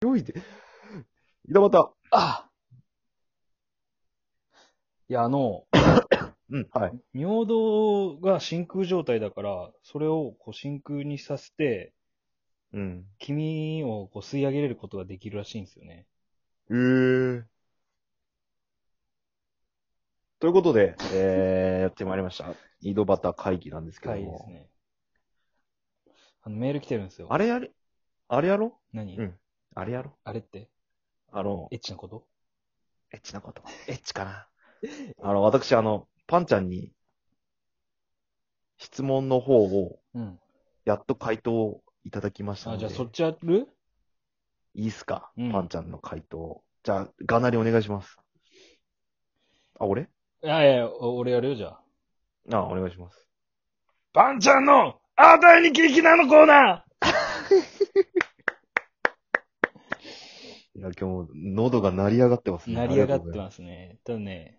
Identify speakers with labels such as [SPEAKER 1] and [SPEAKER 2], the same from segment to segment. [SPEAKER 1] よいで。井戸端。
[SPEAKER 2] あいや、あの、
[SPEAKER 1] うん、はい。
[SPEAKER 2] 尿道が真空状態だから、それをこう真空にさせて、
[SPEAKER 1] うん。
[SPEAKER 2] 黄身をこう吸い上げれることができるらしいんですよね。
[SPEAKER 1] えー。ということで、え ー、やってまいりました。井戸端会議なんですけど
[SPEAKER 2] 深
[SPEAKER 1] も。
[SPEAKER 2] いですね。あの、メール来てるんですよ。
[SPEAKER 1] あれやれ、あれやろ
[SPEAKER 2] 何、
[SPEAKER 1] うんあれやろ
[SPEAKER 2] あれって
[SPEAKER 1] あの、
[SPEAKER 2] エッチなこと
[SPEAKER 1] エッチなこと。エッチかな。あの、私、あの、パンちゃんに、質問の方を、
[SPEAKER 2] うん。
[SPEAKER 1] やっと回答いただきましたの
[SPEAKER 2] あ、
[SPEAKER 1] で。
[SPEAKER 2] じゃあそっちやる
[SPEAKER 1] いいっすか、
[SPEAKER 2] うん
[SPEAKER 1] パンちゃんの回答。じゃあ、がなりお願いします。あ、俺
[SPEAKER 2] いやいや、お俺やるよ、じゃあ。
[SPEAKER 1] あ、お願いします。
[SPEAKER 2] パンちゃんの、あなたに聞きなのコーナ
[SPEAKER 1] いや、今日も喉が鳴り上がってます
[SPEAKER 2] ー
[SPEAKER 1] ね。
[SPEAKER 2] 成り上がって
[SPEAKER 1] す。
[SPEAKER 2] ますね。ただね、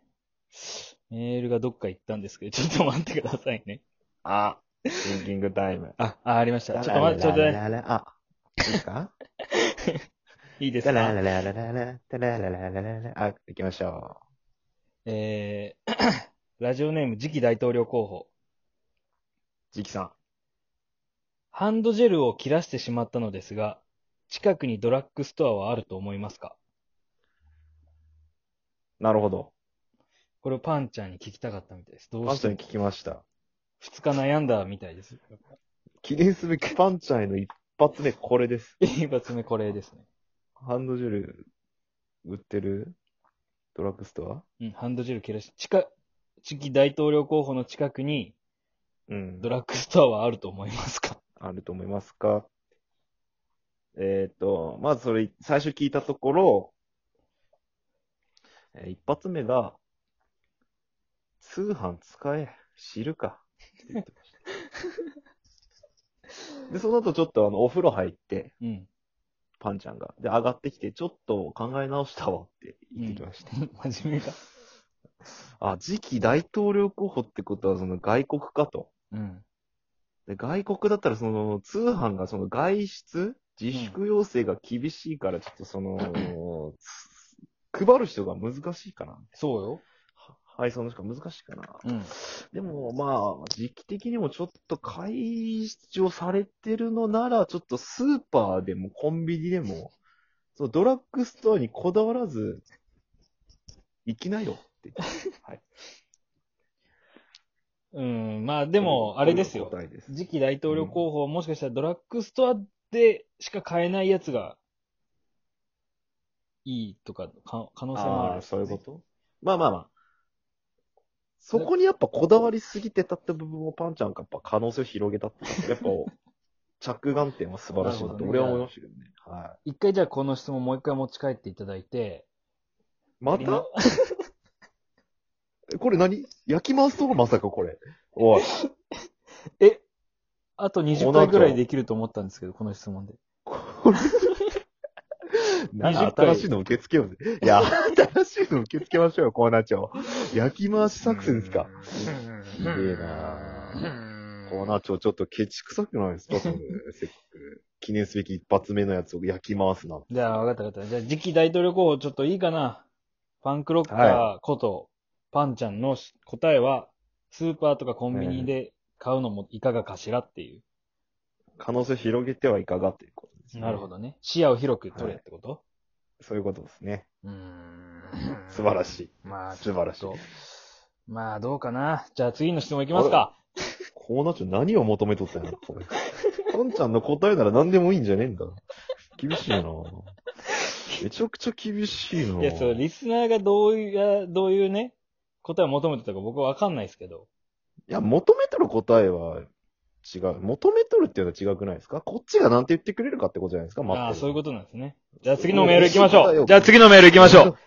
[SPEAKER 2] メールがどっか行ったんですけど、ちょっと待ってくださいね。
[SPEAKER 1] あ、シンキングタイム。
[SPEAKER 2] あ、あ、ありました。ちょっと待って、ちょっと待っ
[SPEAKER 1] ラララララあ、いいですか
[SPEAKER 2] て。いいで す
[SPEAKER 1] ラララ
[SPEAKER 2] か
[SPEAKER 1] ラララララララララララあ、行きましょ
[SPEAKER 2] えー、 ラジオネーム次期大統領候補。
[SPEAKER 1] う。ジキさん。
[SPEAKER 2] ハンドジェルを切らしてしまったのですが、近くにドラッグストアはあると思いますか
[SPEAKER 1] なるほど。
[SPEAKER 2] これをパンちゃんに聞きたかったみたいです。どう
[SPEAKER 1] パン
[SPEAKER 2] し
[SPEAKER 1] ちゃ
[SPEAKER 2] て
[SPEAKER 1] んに聞きました。
[SPEAKER 2] 二日悩んだみたいです。
[SPEAKER 1] 記念すべきパンちゃんへの一発目、これです。
[SPEAKER 2] 一発目これですね。
[SPEAKER 1] ハンドジェル、売ってるドラッグスト
[SPEAKER 2] うん、ハンドジェル切らし、近、次期大統領候補の近くに
[SPEAKER 1] アうん
[SPEAKER 2] ドラッグストアはあると思いますか
[SPEAKER 1] あると思いますかえっ、と、まずそれ、最初聞いたところ、えー一発目が、通販使え、知るか。って言ってました。で、その後ちょっとあの、お風呂入って、
[SPEAKER 2] うん。
[SPEAKER 1] パンちゃんが。で、上がってきて、ちょっと考え直したわって言ってきました。
[SPEAKER 2] た。真面目だ。
[SPEAKER 1] あ、次期大統領候補ってことは、その外国かと。
[SPEAKER 2] うん。
[SPEAKER 1] で外国だったら、その、通販が、その、外出自粛要請が厳しいから、ちょっとその、つ配る人が難しいかな。
[SPEAKER 2] そうよ。
[SPEAKER 1] は配送の人が難しいかな。
[SPEAKER 2] うん。
[SPEAKER 1] でも、まあ、時期的にもちょっと解除されてるのなら、ちょっとスーパーでもコンビニでも、そのドラッグストアにこだわらず、行きなよって言って。
[SPEAKER 2] うん、まあでも、あれですよ。
[SPEAKER 1] 答えです
[SPEAKER 2] 次期大統領候補、もしかしたらドラッグストアでしか買えないやつが、いいとか、か可能性もある、
[SPEAKER 1] あーそういうことまあまあまあ。そこにやっぱこだわりすぎてたって部分をパンちゃんがやっぱ可能性を広げたっていうか、やっぱ 着眼点は素晴らしいなと俺は思いましたけどね。は
[SPEAKER 2] 一回じゃあこの質問もう一回持ち帰っていただいて、
[SPEAKER 1] い。ま
[SPEAKER 2] 今
[SPEAKER 1] たこれ何焼き回すとこまさかこれ。お い。
[SPEAKER 2] え、あと20回ぐらいできると思ったんですけど、この質問で。
[SPEAKER 1] これ。なんか新しいの受け付けようぜ。い や、新しいの受け付けましょうよ、コーナー長。焼き回し作戦ですか。
[SPEAKER 2] ひ
[SPEAKER 1] ひでえなコーナー長ちょっとケチ臭くないですかそのせっかく記念すべき一発目のやつを焼き回すな。
[SPEAKER 2] じゃあ、わかったわかった。じゃあ、次期大統領候補、ちょっといいかな。ファンクロッカーこと、パンちゃんのし答えは、スーパーとかコンビニで買うのもいかがかしらっていう。
[SPEAKER 1] 可能性を広げてはいかがっていうことですね。
[SPEAKER 2] なるほ
[SPEAKER 1] ど。
[SPEAKER 2] どね。視野を広く取れってこと、
[SPEAKER 1] そういうことですね。
[SPEAKER 2] うーん
[SPEAKER 1] 素晴らしい。
[SPEAKER 2] まあ、
[SPEAKER 1] 素晴らしい
[SPEAKER 2] ちょっと。まあ、どうかな。じゃあ、次の質問いきますか。
[SPEAKER 1] コーナー長何を求めとったんやろ、これ。パンちゃんの答えなら何でもいいんじゃねえんだ。厳しいなめちゃくちゃ厳しいない
[SPEAKER 2] や、そう、リスナーがどういう、どういうね、答えを求めてたか僕はわかんないですけど。
[SPEAKER 1] いや、求めとる答えは違う。求めとるっていうのは違くないですかこっちがなんて言ってくれるかってことじゃないですか、。
[SPEAKER 2] ああ、そういうこととなんですね。じゃあ、次のメール行きましょう。じゃあ、次の
[SPEAKER 1] のメール行
[SPEAKER 2] きましょう。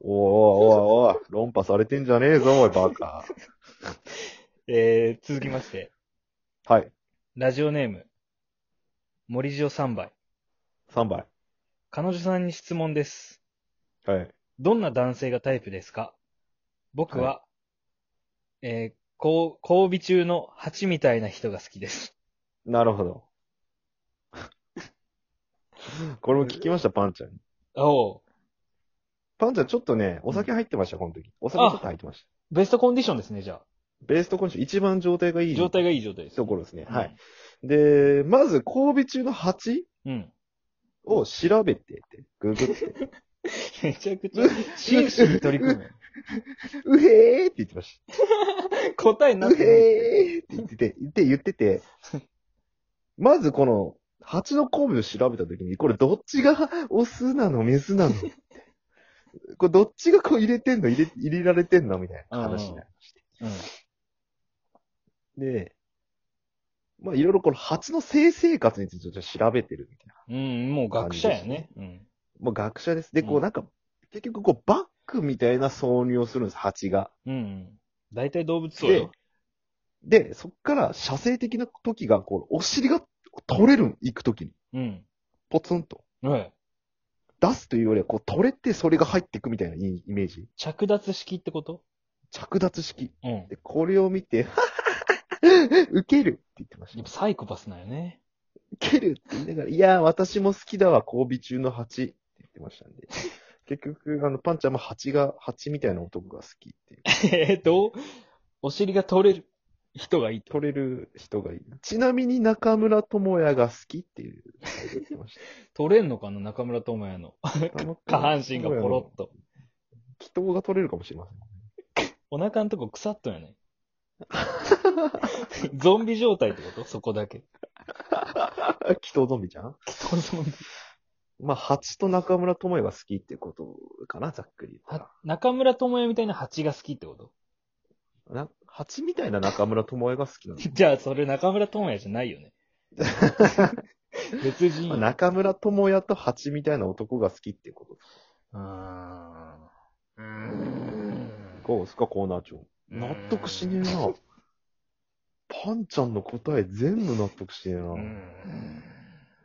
[SPEAKER 1] おいおいおいおい、論破されてんじゃねえぞ、おい、バカ。
[SPEAKER 2] えー、続きまして、
[SPEAKER 1] はい、
[SPEAKER 2] ラジオネーム、森塩三倍。
[SPEAKER 1] 3倍。
[SPEAKER 2] 彼女さんに質問です。
[SPEAKER 1] はい。
[SPEAKER 2] どんな男性がタイプですか僕は、えー、こう交尾中の蜂みたいな人が好きです。
[SPEAKER 1] なるほど。 これも聞きました、パンちゃんに。
[SPEAKER 2] おう
[SPEAKER 1] パンちゃんちょっとね、お酒入ってました、この時。お酒ちょっと入ってました。
[SPEAKER 2] ベストコンディションですね、じゃ
[SPEAKER 1] ベースと今週一番状態がい
[SPEAKER 2] あ。
[SPEAKER 1] い
[SPEAKER 2] 状態がいい状態です。
[SPEAKER 1] ところですね。はい。。で、まず、神戸中の蜂
[SPEAKER 2] うん。
[SPEAKER 1] を調べてって、ググ って。
[SPEAKER 2] めちゃくちゃ、真摯に取り組む。
[SPEAKER 1] うへーって言ってまし
[SPEAKER 2] 答えに
[SPEAKER 1] た。
[SPEAKER 2] なっ
[SPEAKER 1] う
[SPEAKER 2] てない。
[SPEAKER 1] へーって言ってて、って言って て、まずこの、蜂の神戸を調べたときに、これどっちがオスなの、メス なのってこれどっちがこう入れてんの入れ、入れられてんのみたいな話になりまして。
[SPEAKER 2] うん。
[SPEAKER 1] で、まあいろいろこの蜂の性生活についてちょっと調べてるみたいな。
[SPEAKER 2] うん、もう学者やね。うん。
[SPEAKER 1] もう学者です。で、こ
[SPEAKER 2] う
[SPEAKER 1] うんなんか、結局こうバッグみたいな挿入をするんです、蜂が。
[SPEAKER 2] うん。大体動物そう
[SPEAKER 1] で
[SPEAKER 2] よ。、
[SPEAKER 1] で、そっから射精的な時が、こう、お尻が取れるん、行く時に。
[SPEAKER 2] うん。
[SPEAKER 1] ポツンと。
[SPEAKER 2] はい。
[SPEAKER 1] 出すというよりは、こう、取れてそれが入っていくみたいなイイメージ。
[SPEAKER 2] 着脱式ってこと
[SPEAKER 1] 着脱式。
[SPEAKER 2] うん。や
[SPEAKER 1] で、これを見て、 ウケるって言ってまし
[SPEAKER 2] ったぱ。サイコパスなんよね。
[SPEAKER 1] ウケるって言いながら、いやー、私も好きだわ、交尾中の蜂って言ってましたんで。結局、あの、パンちゃんも蜂が、蜂みたいな男が好きっていう。
[SPEAKER 2] えっと、お尻が取れる人がいいと。
[SPEAKER 1] 取れる人がいい。ちなみに中村智也が好きっていう、言ってまし
[SPEAKER 2] 取れんのかな中村智也の。
[SPEAKER 1] た
[SPEAKER 2] 下半身が ポロッと。
[SPEAKER 1] 祈祷が取れるかもしれません。
[SPEAKER 2] お腹のとこ腐っとんやね。ゾンビ状態ってことそこだけ。
[SPEAKER 1] 祈祷ゾンビじゃん
[SPEAKER 2] ゾンビ
[SPEAKER 1] まあ、蜂と中村智也が好きってことかな、ざっくり言ったら
[SPEAKER 2] は中村智也みたいな蜂が好きってこと
[SPEAKER 1] な蜂みたいな中村智也が好き なの。
[SPEAKER 2] じゃあ、それ中村智也じゃな いよね。別
[SPEAKER 1] ま
[SPEAKER 2] 人よ。
[SPEAKER 1] あ中村智也と蜂みたいな男が好きってこと。
[SPEAKER 2] うーん。
[SPEAKER 1] こうですか、コーナー長。
[SPEAKER 2] うん
[SPEAKER 1] 納得しねえな。パンちゃんの答え全部納得しねえ
[SPEAKER 2] う
[SPEAKER 1] な。
[SPEAKER 2] ん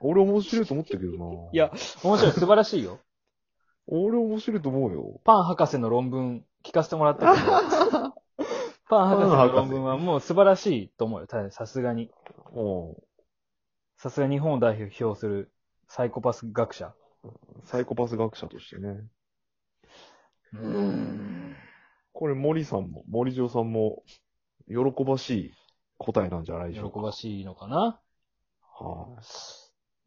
[SPEAKER 1] 俺面白いと思ったけどな。
[SPEAKER 2] いや、面白い。素晴らしいよ。
[SPEAKER 1] 俺面白いと思うよ。
[SPEAKER 2] パン博士の論文聞かせてもらったけど、 パン博士の論文はもう素晴らしいと思うよ。たださすがに。
[SPEAKER 1] も
[SPEAKER 2] さすが日本を代表するサイコパス学者。
[SPEAKER 1] う、サイコパス学者としてね。
[SPEAKER 2] うん。
[SPEAKER 1] これ森さんも、森城さんも、喜ばしい答えなんじゃないで
[SPEAKER 2] 喜
[SPEAKER 1] しょうか。
[SPEAKER 2] ばしいのかな
[SPEAKER 1] は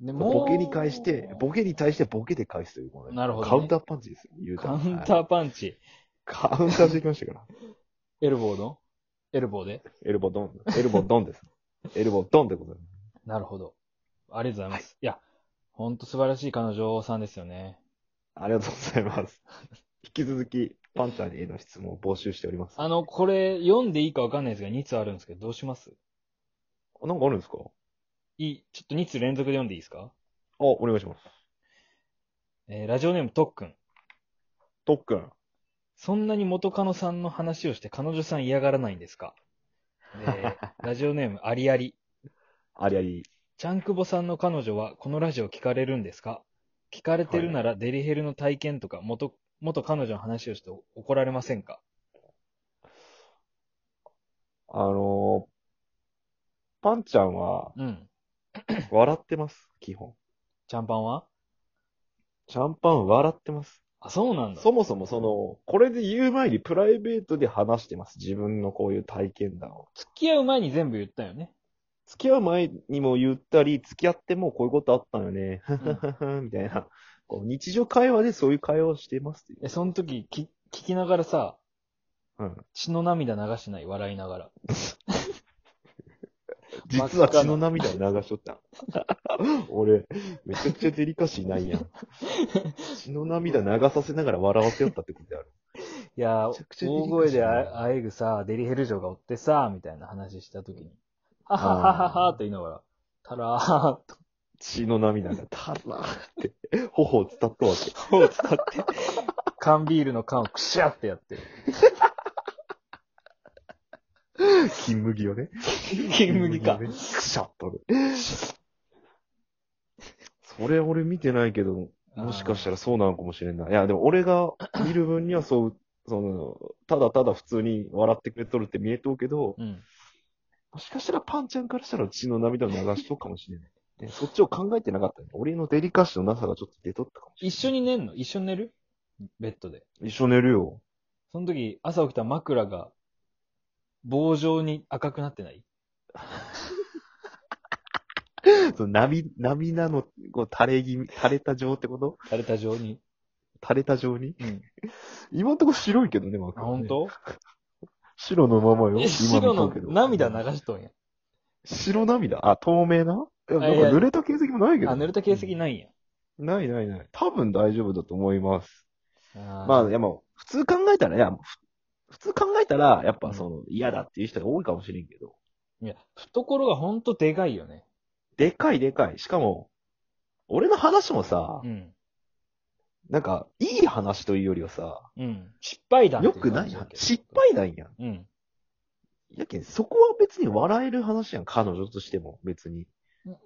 [SPEAKER 1] い、
[SPEAKER 2] で
[SPEAKER 1] ボケに返して、ボケに対してボケで返すという、これ
[SPEAKER 2] なるほどね
[SPEAKER 1] カウンターパンチですよ、言うた
[SPEAKER 2] カ
[SPEAKER 1] ら
[SPEAKER 2] ウンタ
[SPEAKER 1] は
[SPEAKER 2] ー
[SPEAKER 1] い
[SPEAKER 2] パンチ。
[SPEAKER 1] カウンターしてきましたから。
[SPEAKER 2] エルボーのエルボーで。
[SPEAKER 1] エルボードン、エルボードンです。エルボードンでございます。
[SPEAKER 2] なるほど。ありがとうございます。い、や、ほんと素晴らしい彼女さんですよね。
[SPEAKER 1] ありがとうございます。引き続き、パンチャーへの質問を募集しております。
[SPEAKER 2] あの、これ読んでいいかわかんないですが、2通あるんですけど、どうします
[SPEAKER 1] なんかあるんですかあ、
[SPEAKER 2] いい、ちょっと2通連続で読んでいいですか
[SPEAKER 1] お願いします。
[SPEAKER 2] えーラジオネームとっくん。
[SPEAKER 1] とっくん。
[SPEAKER 2] そんなに元カノさんの話をして彼女さん嫌がらないんですか、え ーラジオネームありあり。
[SPEAKER 1] ありあり。
[SPEAKER 2] ちゃんくぼさんの彼女はこのラジオ聞かれるんですか聞かれてるならデリヘルの体験とか元、元彼女の話をして怒られませんか
[SPEAKER 1] あのーパンちゃんは、
[SPEAKER 2] うん。
[SPEAKER 1] 笑ってます、基本。
[SPEAKER 2] ちゃんぱんは
[SPEAKER 1] シャンパン笑ってます。
[SPEAKER 2] あ、そうなんだ。
[SPEAKER 1] そもそもその、これで言う前にプライベートで話してます。自分のこういう体験談を。
[SPEAKER 2] 付き合う前に全部言ったよね。
[SPEAKER 1] 付き合う前にも言ったり、付き合ってもこういうことあったよね。 みたいな。こう日常会話でそういう会話をしてますっていう
[SPEAKER 2] え、その時き聞きながらさ、
[SPEAKER 1] うん。
[SPEAKER 2] 血の涙流してない、笑いながら。
[SPEAKER 1] 実は血の涙を流しとった。 俺、めちゃくちゃデリカシーないやん。血の涙流させながら笑わせよったってことである。
[SPEAKER 2] いや
[SPEAKER 1] めちゃくち
[SPEAKER 2] ー、
[SPEAKER 1] ゃ
[SPEAKER 2] 大声で
[SPEAKER 1] デリカシーだな
[SPEAKER 2] ああえぐさ、デリヘル嬢がおってさ、みたいな話した時に、はははははと言いながら、たらーっと、
[SPEAKER 1] 血の涙がたらーって、頬を伝ったわけ。
[SPEAKER 2] こう伝って、 缶ビールの缶をクシャってやってる。
[SPEAKER 1] 金麦をね。
[SPEAKER 2] 金麦か
[SPEAKER 1] く。しゃっとね。それ俺見てないけど、もしかしたらそうなのかもしれない。いや、でも俺が見る分にはそう、 その、ただただ普通に笑ってくれとるって見えとうけど、
[SPEAKER 2] うん。
[SPEAKER 1] もしかしたらパンちゃんからしたら血の涙を流しとうかもしれない。ねそっちを考えてなかったね。俺のデリカシーのなさがちょっと出とったかもしれない。
[SPEAKER 2] 一緒に寝んの一緒に寝るベッドで。
[SPEAKER 1] 一緒寝るよ。
[SPEAKER 2] その時、朝起きた枕が、棒状に赤くなってない
[SPEAKER 1] その波、波なの、こう垂れ気味、垂れた状ってこと
[SPEAKER 2] 垂れた状に。
[SPEAKER 1] 垂れた状に
[SPEAKER 2] うん。今
[SPEAKER 1] 今んとこ白いけどね、マ
[SPEAKER 2] あ、本当？
[SPEAKER 1] 白のままよ。
[SPEAKER 2] え、
[SPEAKER 1] 今
[SPEAKER 2] 白
[SPEAKER 1] 見と
[SPEAKER 2] の
[SPEAKER 1] くけど
[SPEAKER 2] 涙流しとんや。
[SPEAKER 1] 白涙あ、透明なえなんか
[SPEAKER 2] いや
[SPEAKER 1] 濡れた形跡もないけど。
[SPEAKER 2] あ、濡れた形跡ないんや。
[SPEAKER 1] ないないない。多分大丈夫だと思います。
[SPEAKER 2] ま
[SPEAKER 1] まあ、でも、普通考えたらね、ふ普通考えたら、やっぱその、嫌だっていう人が多いかもしれんけど。
[SPEAKER 2] いや、懐がほんとでかいよね。
[SPEAKER 1] でかいでかい。しかも、俺の話もさ
[SPEAKER 2] う、ん。
[SPEAKER 1] なんか、いい話というよりはさ、
[SPEAKER 2] うん。失敗談
[SPEAKER 1] 良くない話失敗なんやん。
[SPEAKER 2] うん。
[SPEAKER 1] やけん、そこは別に笑える話やん。彼女としても、別に。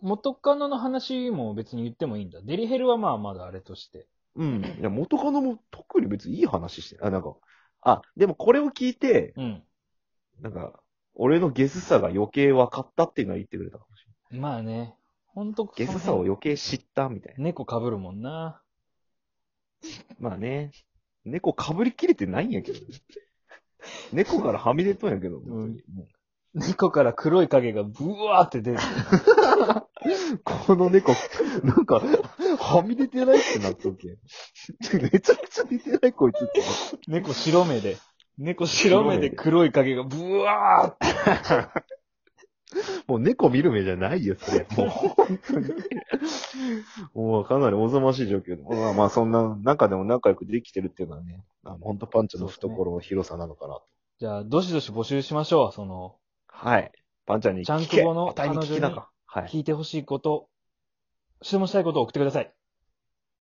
[SPEAKER 2] 元カノの話も別に言ってもいいんだ。デリヘルはまあまだあれとして。
[SPEAKER 1] うん。いや、元カノも特に別にいい話してないあ、なんか、あ、でもこれを聞いて、
[SPEAKER 2] うん。
[SPEAKER 1] なんか、俺のゲスさが余計分かったっていうのは言ってくれたかもしれ
[SPEAKER 2] まあね。ほんと、
[SPEAKER 1] ない。ゲスさを余計知ったみたいな。
[SPEAKER 2] 猫被るもんな。
[SPEAKER 1] まあね。猫被りきれてないんやけどね、猫からはみ出とんやけど、本当に。も
[SPEAKER 2] 猫から黒い影がブワーって出る。
[SPEAKER 1] うこの猫、なんか、はみ出てないってなっとけ。めちゃくちゃ出てない、こいつって。
[SPEAKER 2] 猫白目で。猫白目で黒い影がブワーって。
[SPEAKER 1] もう猫見る目じゃないよ、それ。もう、本当に。もう、かなりおぞましい状況で。まあまあ、そんな中でも仲良くできてるっていうのはね、あの本当パンチの懐の広さなのかなと。
[SPEAKER 2] じゃあ、どしどし募集しましょう。その、
[SPEAKER 1] はい。パンちゃんに聞け。
[SPEAKER 2] ちゃんくぼの
[SPEAKER 1] あたいに聞きな
[SPEAKER 2] 彼女に
[SPEAKER 1] か。はい。
[SPEAKER 2] 聞いてほしいこと、質問したいことを送ってください。